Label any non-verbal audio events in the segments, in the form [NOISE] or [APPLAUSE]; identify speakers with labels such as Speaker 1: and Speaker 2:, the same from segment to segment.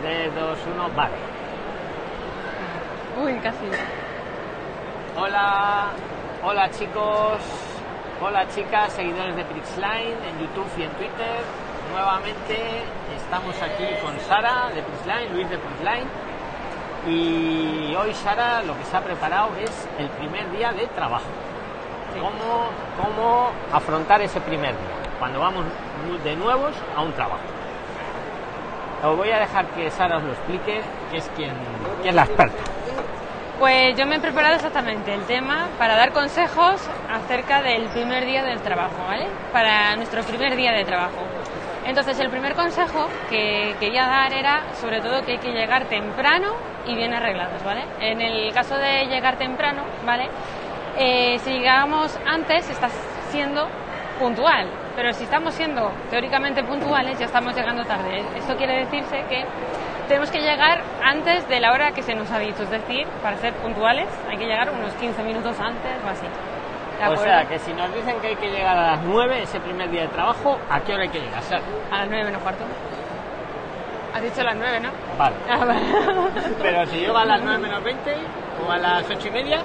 Speaker 1: 3, 2, 1, vale.
Speaker 2: Uy, casi.
Speaker 1: Hola, hola chicos, hola chicas, seguidores de Prixline en YouTube y en Twitter. Nuevamente estamos aquí con Sara de Prixline, Luis de Prixline. Y hoy Sara lo que se ha preparado es el primer día de trabajo. ¿Cómo, cómo afrontar ese primer día cuando vamos de nuevos a un trabajo. Os voy a dejar que Sara os lo explique, que es quien, que es la experta.
Speaker 2: Pues yo me he preparado exactamente el tema para dar consejos acerca del primer día del trabajo, ¿vale? Para nuestro primer día de trabajo. Entonces, el primer consejo que quería dar era, sobre todo, que hay que llegar temprano y bien arreglados, ¿vale? En el caso de llegar temprano, ¿vale? Eh, si llegamos antes, estás siendo puntual, pero si estamos siendo teóricamente puntuales, ya estamos llegando tarde. Esto quiere decirse que tenemos que llegar antes de la hora que se nos ha dicho, es decir, para ser puntuales hay que llegar unos 15 minutos antes o así. ¿De
Speaker 1: O
Speaker 2: acuerdo?
Speaker 1: sea, que si nos dicen que hay que llegar a las 9 ese primer día de trabajo, ¿a qué hora hay que llegar, Sara?
Speaker 2: A las 9 menos cuarto. Has dicho las 9, ¿no?
Speaker 1: Vale.
Speaker 2: Ah, vale.
Speaker 1: [LAUGHS] Pero si llego a las 9 menos 20 o a las 8 y media,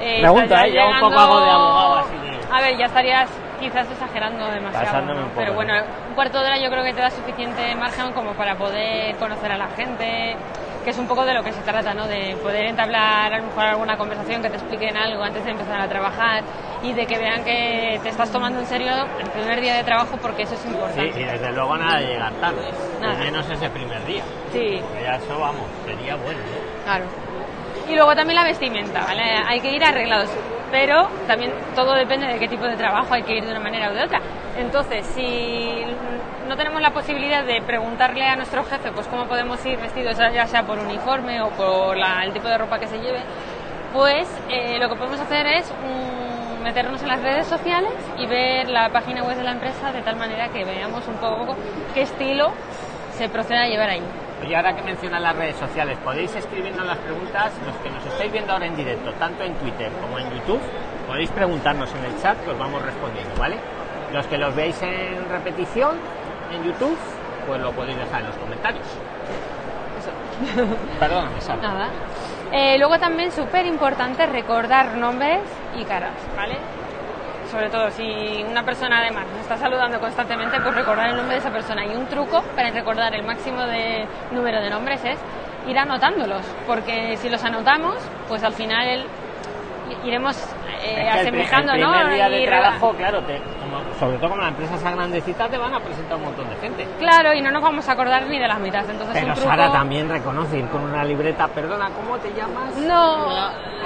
Speaker 2: Eh,
Speaker 1: Pregunta,
Speaker 2: estarías
Speaker 1: eh, yo un poco
Speaker 2: llegando-
Speaker 1: hago de abogado, así que-
Speaker 2: A ver, ya estarías quizás exagerando demasiado.
Speaker 1: Pasándome
Speaker 2: ¿no?
Speaker 1: un poco,
Speaker 2: Pero bueno,
Speaker 1: ¿no?
Speaker 2: un cuarto de hora yo creo que te da suficiente margen como para poder conocer a la gente, que es un poco de lo que se trata, ¿no? De poder entablar a lo mejor alguna conversación, que te expliquen algo antes de empezar a trabajar y de que vean que te estás tomando en serio el primer día de trabajo porque eso es
Speaker 1: sí,
Speaker 2: importante.
Speaker 1: y desde luego nada de llegar tarde,
Speaker 2: Nada.
Speaker 1: al menos ese primer día.
Speaker 2: sí.
Speaker 1: Porque ya eso, vamos, sería bueno. ¿eh?
Speaker 2: Claro. Y luego también la vestimenta, ¿vale? Hay que ir arreglados, pero también todo depende de qué tipo de trabajo hay que ir de una manera o de otra. Entonces, si no tenemos la posibilidad de preguntarle a nuestro jefe, pues cómo podemos ir vestidos, ya sea por uniforme o por la- el tipo de ropa que se lleve, pues eh, lo que podemos hacer es mm, meternos en las redes sociales y ver la página web de la empresa de tal manera que veamos un poco qué estilo se procede a llevar ahí.
Speaker 1: Oye, ahora que mencionan las redes sociales, podéis escribirnos las preguntas, los que nos estáis viendo ahora en directo, tanto en Twitter como en YouTube, podéis preguntarnos en el chat que os vamos respondiendo, ¿vale? Los que los veis en repetición en YouTube, pues lo podéis dejar en los comentarios.
Speaker 2: [LAUGHS]
Speaker 1: Perdóname, Sara.
Speaker 2: Nada. Eh, luego también súper importante recordar nombres y caras, ¿vale? Sobre todo si una persona además nos está saludando constantemente, pues recordar el nombre de esa persona. Y un truco para recordar el máximo de número de nombres es ir anotándolos, porque si los anotamos, pues al final el- iremos
Speaker 1: Es
Speaker 2: eh,
Speaker 1: que el pri-
Speaker 2: asemejando,
Speaker 1: el
Speaker 2: ¿no?
Speaker 1: primer día de
Speaker 2: Y rela-
Speaker 1: trabajo, claro, te- como- sobre todo como la empresa esa grandecita, te van a presentar un montón de gente.
Speaker 2: Claro, y no nos vamos a acordar ni de las mitades. Entonces
Speaker 1: Pero
Speaker 2: un truco...
Speaker 1: Sara también reconoce ir con una libreta, perdona, ¿cómo te llamas?
Speaker 2: No,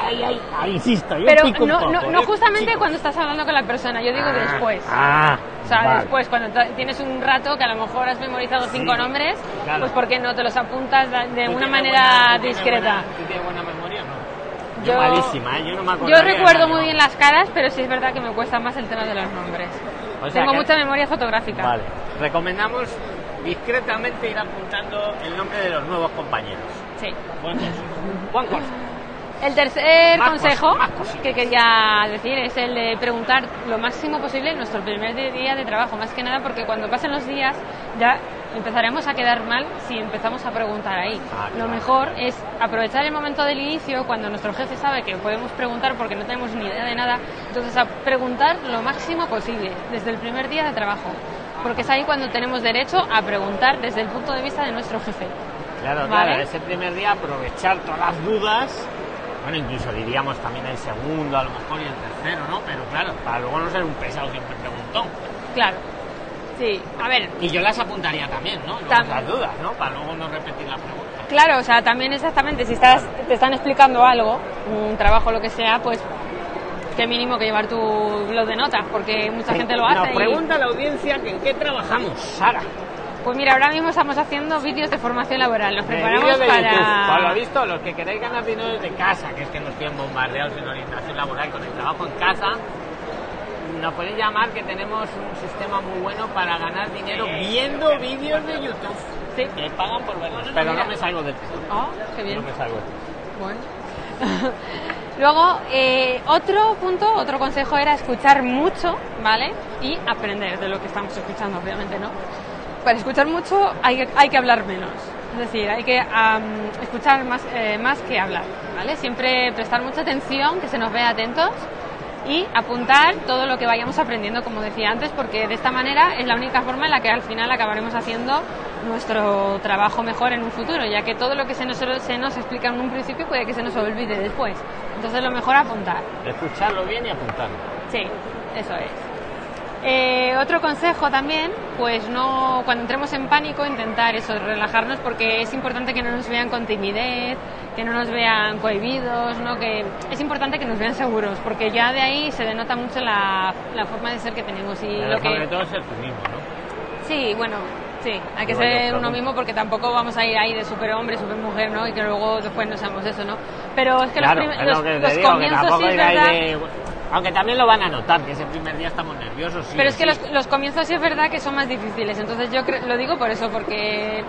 Speaker 1: Ay, ay, ay, insisto, yo
Speaker 2: pero
Speaker 1: pico un
Speaker 2: no,
Speaker 1: poco,
Speaker 2: no, no
Speaker 1: ¿eh?
Speaker 2: justamente
Speaker 1: Chico.
Speaker 2: cuando estás hablando con la persona, yo digo
Speaker 1: Ah,
Speaker 2: después.
Speaker 1: Ah,
Speaker 2: O sea,
Speaker 1: vale.
Speaker 2: después, cuando ta- tienes un rato que a lo mejor has memorizado cinco nombres,
Speaker 1: claro.
Speaker 2: pues ¿por qué no te los apuntas de- de
Speaker 1: Tú
Speaker 2: una
Speaker 1: tienes
Speaker 2: manera
Speaker 1: buena- tú tienes
Speaker 2: discreta?
Speaker 1: buena- ¿Tú tienes buena memoria o no? Yo, malísima, ¿eh? yo no me acuerdo.
Speaker 2: Yo recuerdo muy bien las caras, pero sí es verdad que me cuesta más el tema de los nombres.
Speaker 1: O sea
Speaker 2: Tengo
Speaker 1: que-
Speaker 2: mucha memoria fotográfica.
Speaker 1: Vale, recomendamos discretamente ir apuntando el nombre de los nuevos compañeros.
Speaker 2: Sí.
Speaker 1: Buen consejo. Buen consejo.
Speaker 2: El tercer
Speaker 1: Más
Speaker 2: consejo
Speaker 1: cosas, más cositas.
Speaker 2: que quería decir es el de preguntar lo máximo posible en nuestro primer de- día de trabajo, más que nada porque cuando pasen los días ya empezaremos a quedar mal si empezamos a preguntar ahí.
Speaker 1: Ah,
Speaker 2: Lo
Speaker 1: claro.
Speaker 2: mejor es aprovechar el momento del inicio cuando nuestro jefe sabe que podemos preguntar porque no tenemos ni idea de nada, entonces a preguntar lo máximo posible desde el primer día de trabajo, porque es ahí cuando tenemos derecho a preguntar desde el punto de vista de nuestro jefe.
Speaker 1: Claro, claro,
Speaker 2: Vale.
Speaker 1: ese primer día aprovechar todas las dudas. Bueno, incluso diríamos también el segundo, a lo mejor, y el tercero, ¿no? Pero claro, para luego no ser un pesado siempre preguntón.
Speaker 2: Claro. Sí, a ver,
Speaker 1: Y yo las apuntaría también, ¿no? Luego
Speaker 2: También.
Speaker 1: Las dudas, ¿no? Para luego no repetir la pregunta.
Speaker 2: Claro, o sea, también exactamente, si estás, te están explicando algo, un trabajo, lo que sea, pues qué mínimo que llevar tu blog de notas, porque mucha gente lo hace.
Speaker 1: Nos
Speaker 2: y-
Speaker 1: pregunta la audiencia que en qué trabajamos, Sara.
Speaker 2: pues mira, ahora mismo estamos haciendo vídeos de formación laboral, nos
Speaker 1: De
Speaker 2: preparamos
Speaker 1: vídeos de YouTube. Por
Speaker 2: para...
Speaker 1: lo visto, los que queréis ganar dinero desde casa, que es que nos tienen bombardeados en orientación laboral con el trabajo en casa, nos podéis llamar que tenemos un sistema muy bueno para ganar dinero viendo vídeos de YouTube.
Speaker 2: Sí.
Speaker 1: Que pagan por verlos. Pero no me salgo del tema.
Speaker 2: Oh, qué bien.
Speaker 1: No me salgo del tema.
Speaker 2: Bueno. [LAUGHS] Luego, eh, otro punto, otro consejo era escuchar mucho, ¿vale? Y aprender de lo que estamos escuchando, obviamente, ¿no? para escuchar mucho hay, que- hay que hablar menos. Es decir, hay que am, escuchar más, eh, más que hablar, ¿vale? Siempre prestar mucha atención, que se nos vea atentos y apuntar todo lo que vayamos aprendiendo, como decía antes, porque de esta manera es la única forma en la que al final acabaremos haciendo nuestro trabajo mejor en un futuro, ya que todo lo que se nos, se nos explica en un principio puede que se nos olvide después. Entonces lo mejor apuntar.
Speaker 1: Escucharlo bien y apuntarlo.
Speaker 2: Sí, eso es. Eh, otro consejo también, pues no, cuando entremos en pánico, intentar eso, relajarnos, porque es importante que no nos vean con timidez, que no nos vean cohibidos, ¿no? que es importante que nos vean seguros, porque ya de ahí se denota mucho la, la forma de ser que tenemos y
Speaker 1: Pero
Speaker 2: lo
Speaker 1: sobre
Speaker 2: que
Speaker 1: todo ser tú mismo, ¿no?
Speaker 2: sí, bueno, sí, hay que
Speaker 1: Bueno,
Speaker 2: ser
Speaker 1: claro.
Speaker 2: uno mismo, porque tampoco vamos a ir ahí de superhombre, supermujer, ¿no? Y que luego después no seamos eso, ¿no? Pero es que
Speaker 1: claro,
Speaker 2: los, prim-
Speaker 1: es
Speaker 2: los-
Speaker 1: lo que te
Speaker 2: los
Speaker 1: digo, que
Speaker 2: comienzos sí
Speaker 1: tampoco
Speaker 2: es
Speaker 1: ir ahí
Speaker 2: verdad.
Speaker 1: de- Aunque también lo van a notar, que ese primer día estamos nerviosos. sí
Speaker 2: Pero
Speaker 1: o
Speaker 2: es que
Speaker 1: sí.
Speaker 2: los, los comienzos sí es verdad que son más difíciles, entonces yo cre- lo digo por eso, porque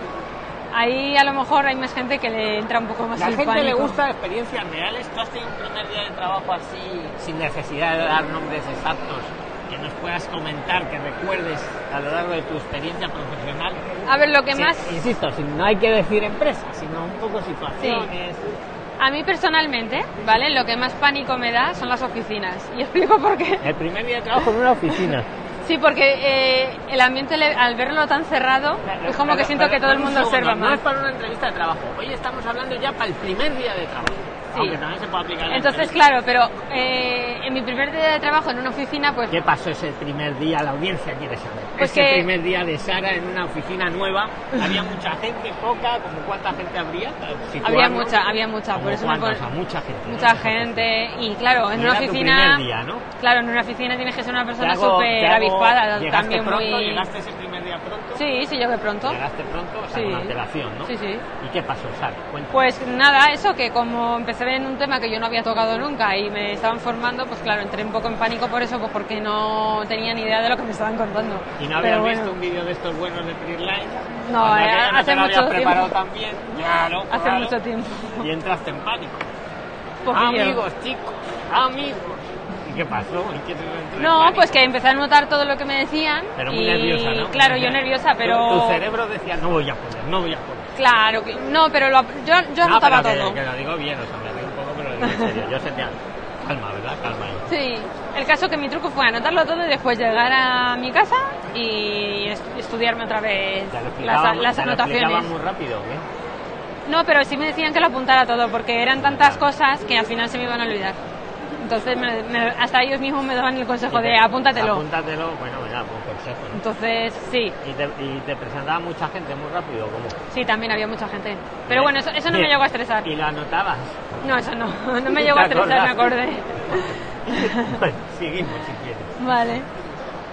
Speaker 2: ahí a lo mejor hay más gente que le entra un poco más
Speaker 1: la
Speaker 2: el
Speaker 1: gente le
Speaker 2: pánico.
Speaker 1: gusta experiencias reales. ¿Tú has tenido un primer día de trabajo así, sin necesidad de dar nombres exactos, que nos puedas comentar, que recuerdes a lo largo de tu experiencia profesional?
Speaker 2: A ver, lo que
Speaker 1: Sí,
Speaker 2: más
Speaker 1: Insisto, si no hay que decir empresa, sino un poco situaciones.
Speaker 2: a mí personalmente, ¿vale? Lo que más pánico me da son las oficinas. Y explico por qué.
Speaker 1: El primer día de trabajo en una oficina.
Speaker 2: Sí, porque eh, el ambiente le- al verlo tan cerrado, es como que
Speaker 1: Pero-
Speaker 2: siento
Speaker 1: pero-
Speaker 2: que todo
Speaker 1: pero
Speaker 2: el
Speaker 1: un
Speaker 2: mundo
Speaker 1: segundo,
Speaker 2: observa
Speaker 1: No
Speaker 2: más.
Speaker 1: es para una entrevista de trabajo. Hoy estamos hablando ya para el primer día de trabajo.
Speaker 2: Sí.
Speaker 1: Aunque también se puede aplicar. a la
Speaker 2: Entonces,
Speaker 1: entrevista.
Speaker 2: claro, pero eh, en mi primer día de trabajo en una oficina, pues
Speaker 1: ¿Qué pasó ese primer día? La audiencia quiere saber.
Speaker 2: Pues
Speaker 1: ese
Speaker 2: que-
Speaker 1: primer día de Sara en una oficina nueva. Había mucha gente, poca, como cuánta gente habría.
Speaker 2: había mucha, había mucha, por eso me
Speaker 1: mucha,
Speaker 2: pon-
Speaker 1: mucha gente. ¿no?
Speaker 2: mucha gente y claro,
Speaker 1: Y
Speaker 2: en
Speaker 1: era
Speaker 2: una
Speaker 1: tu
Speaker 2: oficina
Speaker 1: primer día, ¿no?
Speaker 2: Claro, en una oficina tienes que ser una
Speaker 1: Te
Speaker 2: persona
Speaker 1: hago-
Speaker 2: súper
Speaker 1: te hago-
Speaker 2: avispada,
Speaker 1: ¿Llegaste
Speaker 2: también
Speaker 1: pronto?
Speaker 2: muy...
Speaker 1: ¿Llegaste ese primer día pronto?
Speaker 2: Sí, sí, llegué pronto.
Speaker 1: Llegaste pronto, o sea,
Speaker 2: Sí.
Speaker 1: con antelación, ¿no?
Speaker 2: Sí, sí.
Speaker 1: ¿Y qué pasó, Sara? Cuéntame.
Speaker 2: Pues nada, eso que como empecé en un tema que yo no había tocado nunca y me estaban formando, pues claro, entré un poco en pánico por eso, pues porque no tenía ni idea de lo que me estaban contando.
Speaker 1: Y no
Speaker 2: Pero
Speaker 1: habías
Speaker 2: bueno,
Speaker 1: visto un vídeo de estos buenos de Freeline.
Speaker 2: No, eh, hace
Speaker 1: lo habías
Speaker 2: mucho
Speaker 1: preparado
Speaker 2: tiempo.
Speaker 1: también. Claro,
Speaker 2: hace
Speaker 1: claro.
Speaker 2: mucho tiempo.
Speaker 1: Y entraste en pánico.
Speaker 2: Poquillo.
Speaker 1: Ah, Amigos, chicos, amigos. ¿Y qué pasó? ¿Y qué te entró en
Speaker 2: No,
Speaker 1: pánico?
Speaker 2: pues que empecé a notar todo lo que me decían.
Speaker 1: Pero muy
Speaker 2: y,
Speaker 1: nerviosa, ¿no?
Speaker 2: Claro, yo nerviosa, pero...
Speaker 1: Tu, tu cerebro decía, no voy a poner, no voy a poner.
Speaker 2: Claro, que- no, pero lo- yo, yo
Speaker 1: no,
Speaker 2: anotaba
Speaker 1: pero que-
Speaker 2: todo.
Speaker 1: Que, lo digo bien, o sea, me río un poco, pero lo digo en serio. Yo sentía, calma, ¿verdad? Calma ahí.
Speaker 2: Sí, el caso que mi truco fue anotarlo todo y después llegar a mi casa y est- estudiarme otra vez
Speaker 1: Te lo
Speaker 2: las,
Speaker 1: explicaba-
Speaker 2: las
Speaker 1: te lo explicaba
Speaker 2: anotaciones.
Speaker 1: muy rápido, ¿o ¿qué?
Speaker 2: No, pero sí me decían que lo apuntara todo porque eran tantas cosas que al final se me iban a olvidar. Entonces me- me- hasta ellos mismos me daban el consejo
Speaker 1: Y te-
Speaker 2: de apúntatelo.
Speaker 1: Apúntatelo, bueno, mira, buen consejo, ¿no?
Speaker 2: Entonces sí,
Speaker 1: Y te, y te presentaba mucha gente muy rápido, como.
Speaker 2: sí, también había mucha gente. Pero bueno, eso, eso no me
Speaker 1: Bien.
Speaker 2: llegó a estresar.
Speaker 1: Y lo anotabas.
Speaker 2: No, eso no, [LAUGHS]
Speaker 1: [LAUGHS]
Speaker 2: no me llegó a
Speaker 1: Te
Speaker 2: estresar, me
Speaker 1: acordaste.
Speaker 2: acordé.
Speaker 1: [LAUGHS] Bueno, seguimos si quieres.
Speaker 2: Vale.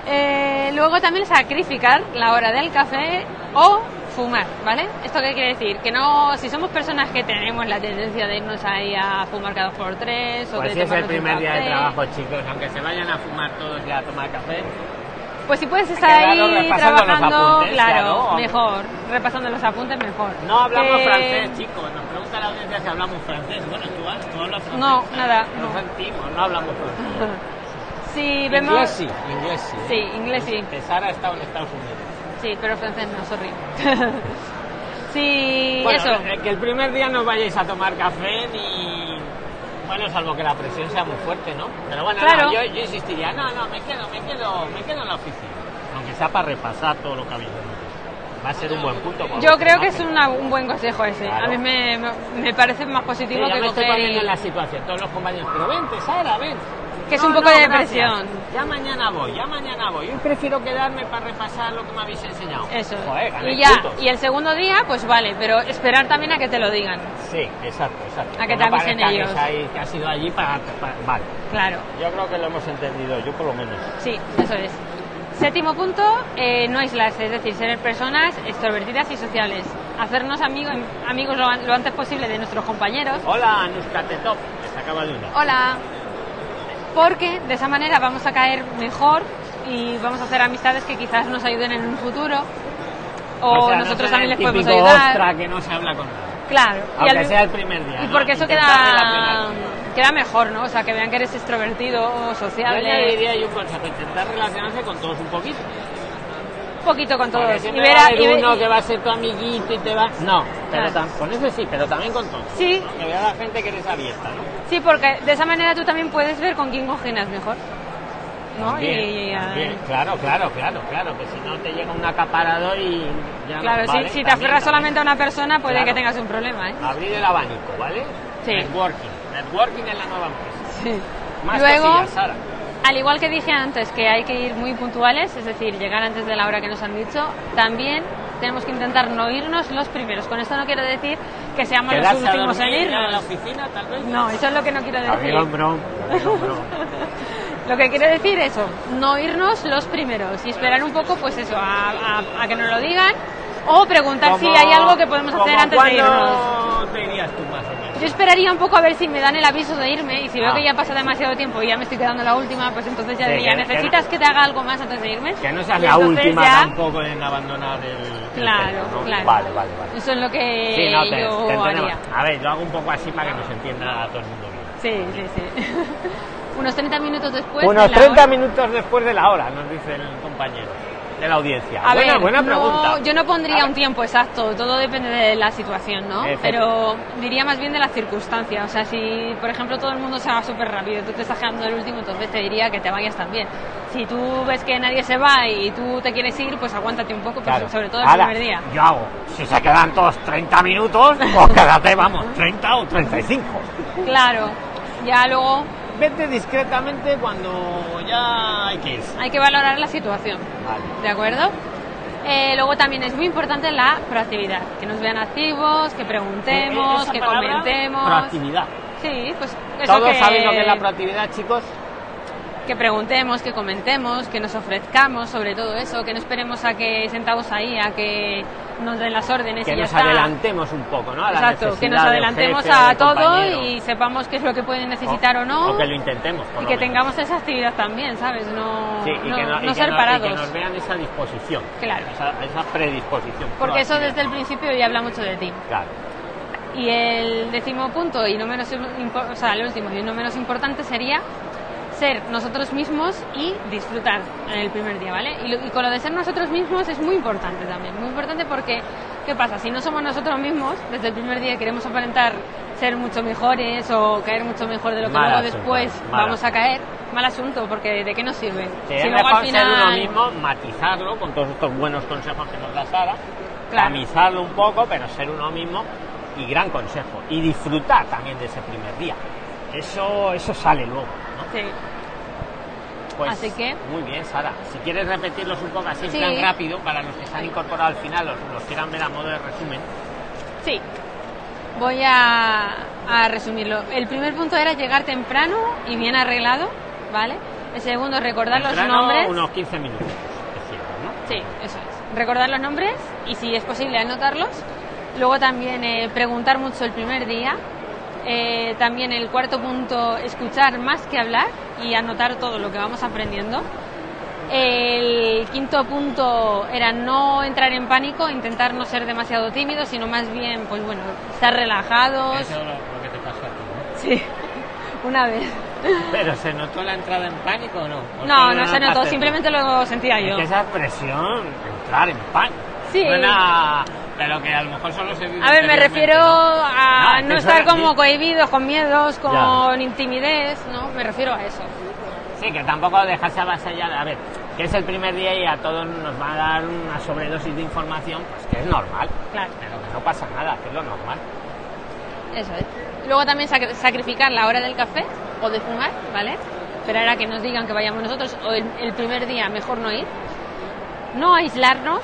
Speaker 2: Eh, luego también sacrificar la hora del café o fumar, ¿vale? ¿Esto qué quiere decir? Que no, si somos personas que tenemos la tendencia de irnos ahí a fumar cada dos por tres o
Speaker 1: Pues
Speaker 2: de
Speaker 1: si es el
Speaker 2: tomarnos un
Speaker 1: primer día de
Speaker 2: café,
Speaker 1: trabajo, chicos, aunque se vayan a fumar todos y a tomar café,
Speaker 2: Pues si puedes estar
Speaker 1: Quedaros
Speaker 2: ahí
Speaker 1: repasando los
Speaker 2: trabajando,
Speaker 1: apuntes,
Speaker 2: claro,
Speaker 1: claro.
Speaker 2: mejor, repasando los apuntes mejor.
Speaker 1: no hablamos
Speaker 2: Que-
Speaker 1: francés, chicos. Nos pregunta la audiencia si hablamos francés. Bueno, tú, has- tú hablas francés.
Speaker 2: No, nada,
Speaker 1: No
Speaker 2: no.
Speaker 1: sentimos, no hablamos
Speaker 2: [LAUGHS]
Speaker 1: francés.
Speaker 2: Si vemos...
Speaker 1: Inglés sí, inglés sí.
Speaker 2: Sí, inglés sí.
Speaker 1: Que Sara ha estado en Estados Unidos.
Speaker 2: Sí, pero francés no, sorry. [LAUGHS] sí,
Speaker 1: Bueno,
Speaker 2: eso.
Speaker 1: eh, que el primer día no vayáis a tomar café ni. Bueno, salvo que la presión sea muy fuerte, ¿no? Pero bueno, no,
Speaker 2: Claro.
Speaker 1: yo, yo insistiría, no, no, me quedo, me quedo, me quedo en la oficina. Aunque sea para repasar todo lo que habéis hecho. Va a ser un buen punto. para
Speaker 2: Yo
Speaker 1: vuestra
Speaker 2: creo que es
Speaker 1: imagen.
Speaker 2: una- un buen consejo ese.
Speaker 1: Claro.
Speaker 2: A mí me, me- me parece más
Speaker 1: Sí,
Speaker 2: positivo
Speaker 1: ya
Speaker 2: que
Speaker 1: me estoy
Speaker 2: coger
Speaker 1: poniendo
Speaker 2: y-
Speaker 1: en la situación, todos los compañeros, pero vente, Sara, ven.
Speaker 2: Que es un poco de depresión.
Speaker 1: gracias. Ya mañana voy, ya mañana voy. Yo prefiero quedarme para repasar lo que me habéis enseñado.
Speaker 2: Eso.
Speaker 1: Joder, ganáis
Speaker 2: y ya.
Speaker 1: puntos.
Speaker 2: Y el segundo día, pues vale, pero esperar también a que te lo digan.
Speaker 1: Sí, exacto, exacto.
Speaker 2: A
Speaker 1: no
Speaker 2: que te avisen
Speaker 1: parezca que
Speaker 2: ellos.
Speaker 1: es ahí- que has ido allí para, para- Vale.
Speaker 2: Claro.
Speaker 1: Yo creo que lo hemos entendido, yo por lo menos.
Speaker 2: Sí, eso es. Séptimo punto, eh, no aislarse, es decir, ser personas extrovertidas y sociales. Hacernos amigos, amigos lo, an- lo antes posible de nuestros compañeros.
Speaker 1: Hola, Nuskatetop. Que se acaba de una.
Speaker 2: Hola. Porque de esa manera vamos a caer mejor y vamos a hacer amistades que quizás nos ayuden en un futuro. O,
Speaker 1: sea, no
Speaker 2: nosotros
Speaker 1: será
Speaker 2: también les
Speaker 1: el
Speaker 2: podemos
Speaker 1: típico
Speaker 2: ayudar.
Speaker 1: ostra que no se habla con nadie.
Speaker 2: Claro. y
Speaker 1: Aunque
Speaker 2: al-
Speaker 1: sea el primer día.
Speaker 2: y
Speaker 1: ¿no?
Speaker 2: porque eso
Speaker 1: Intentar
Speaker 2: queda,
Speaker 1: relacionarse.
Speaker 2: queda mejor, ¿no? O sea, que vean que eres extrovertido,
Speaker 1: Yo
Speaker 2: sociable.
Speaker 1: añadiría yo un consejo, intentar relacionarse con todos un poquito.
Speaker 2: poquito con
Speaker 1: Porque
Speaker 2: todos.
Speaker 1: siempre
Speaker 2: Y ver
Speaker 1: va a
Speaker 2: a-
Speaker 1: haber
Speaker 2: y ver-
Speaker 1: uno que va a ser tu amiguito y te va... No, pero
Speaker 2: Claro.
Speaker 1: tam- con ese sí, pero también con todos.
Speaker 2: Sí,
Speaker 1: ¿no? Que vea la gente que eres abierta, ¿no?
Speaker 2: sí, porque de esa manera tú también puedes ver con quién cogenas mejor. ¿No?
Speaker 1: También,
Speaker 2: Y- ah, y- y-
Speaker 1: también. Claro, claro, claro, claro, que si no te llega un acaparador y ya no,
Speaker 2: Claro, si-
Speaker 1: ¿vale?
Speaker 2: si, te
Speaker 1: También,
Speaker 2: aferras
Speaker 1: también.
Speaker 2: solamente a una persona puede
Speaker 1: Claro.
Speaker 2: que tengas un problema, ¿eh?
Speaker 1: Abrir el abanico, ¿vale?
Speaker 2: Sí.
Speaker 1: Networking. Networking es la nueva empresa.
Speaker 2: Sí.
Speaker 1: Más
Speaker 2: Luego,
Speaker 1: cosillas, Sara.
Speaker 2: Al igual que dije antes que hay que ir muy puntuales, es decir, llegar antes de la hora que nos han dicho, también tenemos que intentar no irnos los primeros. Con esto no quiero decir que seamos los
Speaker 1: Quedarse a
Speaker 2: últimos en
Speaker 1: dormir a la
Speaker 2: irnos.
Speaker 1: oficina, tal vez.
Speaker 2: No, eso es lo que no quiero decir.
Speaker 1: Gabriel Hombrón, Gabriel Hombrón.
Speaker 2: Lo que quiero decir eso, no irnos los primeros y esperar un poco, pues eso, a, a- a que nos lo digan o preguntar si
Speaker 1: Como-
Speaker 2: hay algo que podemos hacer
Speaker 1: como
Speaker 2: antes de irnos.
Speaker 1: ¿Cuándo te irías tú más o menos?
Speaker 2: Yo esperaría un poco a ver si me dan el aviso de irme y si veo
Speaker 1: Ah.
Speaker 2: que ya pasa demasiado tiempo y ya me estoy quedando la última, pues entonces ya
Speaker 1: Sí,
Speaker 2: diría,
Speaker 1: que- que
Speaker 2: ¿necesitas
Speaker 1: no-
Speaker 2: que te haga algo más antes de irme?
Speaker 1: Que no seas
Speaker 2: Y
Speaker 1: la
Speaker 2: entonces
Speaker 1: última
Speaker 2: ya-
Speaker 1: tampoco en abandonar el. el
Speaker 2: Claro,
Speaker 1: centro, ¿no?
Speaker 2: claro.
Speaker 1: Vale, vale, vale.
Speaker 2: Eso es lo que
Speaker 1: Sí, no, te,
Speaker 2: yo
Speaker 1: te entendemos.
Speaker 2: haría.
Speaker 1: A ver, yo hago un poco así para que nos entienda todo el mundo bien.
Speaker 2: Sí, sí, sí. [LAUGHS] Unos 30 minutos después. Pues de
Speaker 1: Unos
Speaker 2: la
Speaker 1: 30
Speaker 2: hora-
Speaker 1: minutos después de la hora, nos dice el compañero de la audiencia.
Speaker 2: A
Speaker 1: buena,
Speaker 2: ver,
Speaker 1: buena
Speaker 2: no-
Speaker 1: pregunta.
Speaker 2: yo no
Speaker 1: A
Speaker 2: pondría
Speaker 1: ver.
Speaker 2: un tiempo exacto, todo depende de la situación, ¿no?
Speaker 1: Efecti-
Speaker 2: Pero diría más bien de las circunstancias. O sea, si, por ejemplo, todo el mundo se va súper rápido y tú te estás quedando el último, entonces te diría que te vayas también. Si tú ves que nadie se va y tú te quieres ir, pues aguántate un poco, pues,
Speaker 1: Claro.
Speaker 2: sobre todo el
Speaker 1: Ahora,
Speaker 2: primer día.
Speaker 1: Yo hago, si se quedan todos 30 minutos,
Speaker 2: [LAUGHS]
Speaker 1: pues quédate, vamos, 30 o 35.
Speaker 2: Claro, ya luego
Speaker 1: Vete discretamente cuando ya hay que irse.
Speaker 2: hay que valorar la situación.
Speaker 1: Vale.
Speaker 2: ¿De acuerdo? Eh, luego también es muy importante la proactividad, que nos vean activos, que preguntemos,
Speaker 1: Eh, Esa
Speaker 2: que
Speaker 1: palabra,
Speaker 2: comentemos.
Speaker 1: Proactividad.
Speaker 2: Sí, pues eso
Speaker 1: Todos
Speaker 2: que,
Speaker 1: sabéis lo que es la proactividad, chicos.
Speaker 2: que preguntemos, que comentemos, que nos ofrezcamos sobre todo eso, que no esperemos a que sentados ahí, a que nos den las órdenes
Speaker 1: Que
Speaker 2: y ya
Speaker 1: nos
Speaker 2: está.
Speaker 1: adelantemos un poco, ¿no? A la
Speaker 2: Exacto, que
Speaker 1: necesidad
Speaker 2: nos
Speaker 1: del
Speaker 2: adelantemos
Speaker 1: jefe o
Speaker 2: a
Speaker 1: del
Speaker 2: todo
Speaker 1: compañero.
Speaker 2: y sepamos qué es lo que pueden necesitar o, no
Speaker 1: O que lo intentemos, por
Speaker 2: y
Speaker 1: lo
Speaker 2: que
Speaker 1: menos.
Speaker 2: tengamos esa actividad también, ¿sabes? No,
Speaker 1: Sí, y
Speaker 2: no-
Speaker 1: que no- y
Speaker 2: no
Speaker 1: que
Speaker 2: ser
Speaker 1: no- y
Speaker 2: parados.
Speaker 1: que nos vean esa disposición.
Speaker 2: Claro.
Speaker 1: Esa, esa predisposición.
Speaker 2: Porque eso
Speaker 1: proactiva.
Speaker 2: desde el principio ya habla mucho de ti.
Speaker 1: Claro.
Speaker 2: Y el décimo punto, y no menos, impo- o sea, el último y no menos importante sería ser nosotros mismos y disfrutar en el primer día, ¿vale? Y, lo- y con lo de ser nosotros mismos es muy importante también, muy importante porque, ¿qué pasa? Si no somos nosotros mismos, desde el primer día queremos aparentar ser mucho mejores o caer mucho mejor de lo que
Speaker 1: Mal
Speaker 2: luego
Speaker 1: asunto,
Speaker 2: después
Speaker 1: mal
Speaker 2: vamos a caer, mal asunto, porque ¿de qué nos sirve?
Speaker 1: Sí, es
Speaker 2: luego
Speaker 1: mejor ser uno mismo, matizarlo con todos estos buenos consejos que nos da Sara,
Speaker 2: Claro.
Speaker 1: tamizarlo un poco, pero ser uno mismo y gran consejo. Y disfrutar también de ese primer día. Eso, eso sale luego. ¿no?
Speaker 2: Sí.
Speaker 1: Pues,
Speaker 2: Así que-
Speaker 1: Muy bien, Sara. Si quieres repetirlos un poco así en
Speaker 2: Sí.
Speaker 1: plan rápido, para los que se han incorporado al final, los, los quieran ver a modo de resumen.
Speaker 2: Sí. Voy a, a resumirlo. El primer punto era llegar temprano y bien arreglado, ¿vale? El segundo, recordar
Speaker 1: Temprano,
Speaker 2: los nombres.
Speaker 1: Unos 15 minutos. decíamos, ¿no?
Speaker 2: Sí, eso es. Recordar los nombres y si es posible anotarlos. Luego también eh, preguntar mucho el primer día. Eh, también el cuarto punto, escuchar más que hablar y anotar todo lo que vamos aprendiendo. El quinto punto era no entrar en pánico, intentar no ser demasiado tímido, sino más bien, pues bueno, estar relajados.
Speaker 1: Eso es lo, lo que te pasó a ti, ¿no?
Speaker 2: Sí, [LAUGHS] una vez.
Speaker 1: ¿Pero se notó la entrada en pánico o no? ¿O
Speaker 2: No,
Speaker 1: solo
Speaker 2: no se notó,
Speaker 1: notaste?
Speaker 2: simplemente lo sentía
Speaker 1: Es
Speaker 2: yo.
Speaker 1: que esa expresión, entrar en pánico.
Speaker 2: Sí.
Speaker 1: Suena, pero que a lo mejor Pues solo se vive
Speaker 2: A ver, me
Speaker 1: interiormente,
Speaker 2: refiero
Speaker 1: ¿no? Ah,
Speaker 2: a
Speaker 1: es que
Speaker 2: no
Speaker 1: eso [LAUGHS]
Speaker 2: estar
Speaker 1: era-
Speaker 2: como cohibidos, con miedos, con
Speaker 1: Ya.
Speaker 2: intimidez, ¿no? Me refiero a eso.
Speaker 1: Sí, que tampoco dejarse avasallar. A ver, que es el primer día y a todos nos va a dar una sobredosis de información, pues que es normal.
Speaker 2: Claro.
Speaker 1: Pero que no pasa nada, que es lo normal.
Speaker 2: Eso es. Luego también sac- sacrificar la hora del café o de fumar, ¿vale? Esperar a que nos digan que vayamos nosotros o el, el primer día mejor no ir. No aislarnos,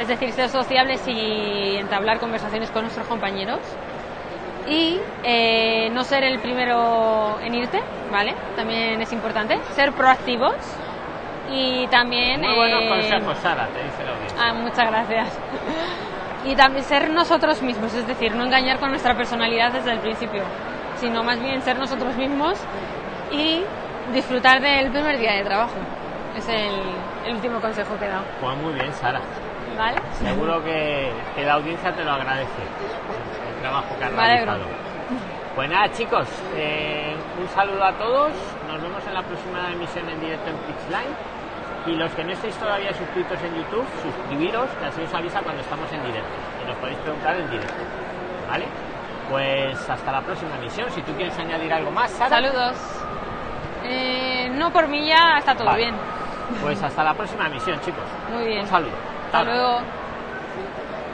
Speaker 2: es decir, ser sociables y entablar conversaciones con nuestros compañeros. Y eh, no ser el primero en irte, ¿vale? También es importante. Ser proactivos y también...
Speaker 1: Muy buenos
Speaker 2: eh,
Speaker 1: consejos, Sara, te dice la audiencia.
Speaker 2: Ah, muchas gracias. Y también ser nosotros mismos, es decir, no engañar con nuestra personalidad desde el principio, sino más bien ser nosotros mismos y disfrutar del primer día de trabajo. Es el, el último consejo que he dado.
Speaker 1: Pues muy bien, Sara.
Speaker 2: ¿Vale?
Speaker 1: Seguro que, que la audiencia te lo agradece, el trabajo que has
Speaker 2: Me alegro.
Speaker 1: realizado. Pues nada, chicos, eh, un saludo a todos. Nos vemos en la próxima emisión en directo en Pixline. Y los que no estéis todavía suscritos en YouTube, suscribiros, que así os avisa cuando estamos en directo. Y nos podéis preguntar en directo. ¿Vale? Pues hasta la próxima emisión. Si tú quieres añadir algo más, Sara.
Speaker 2: Saludos. Eh, no por mí ya está todo
Speaker 1: Vale.
Speaker 2: bien.
Speaker 1: Pues hasta la próxima emisión, chicos.
Speaker 2: Muy bien.
Speaker 1: Un saludo.
Speaker 2: Hasta luego. 哎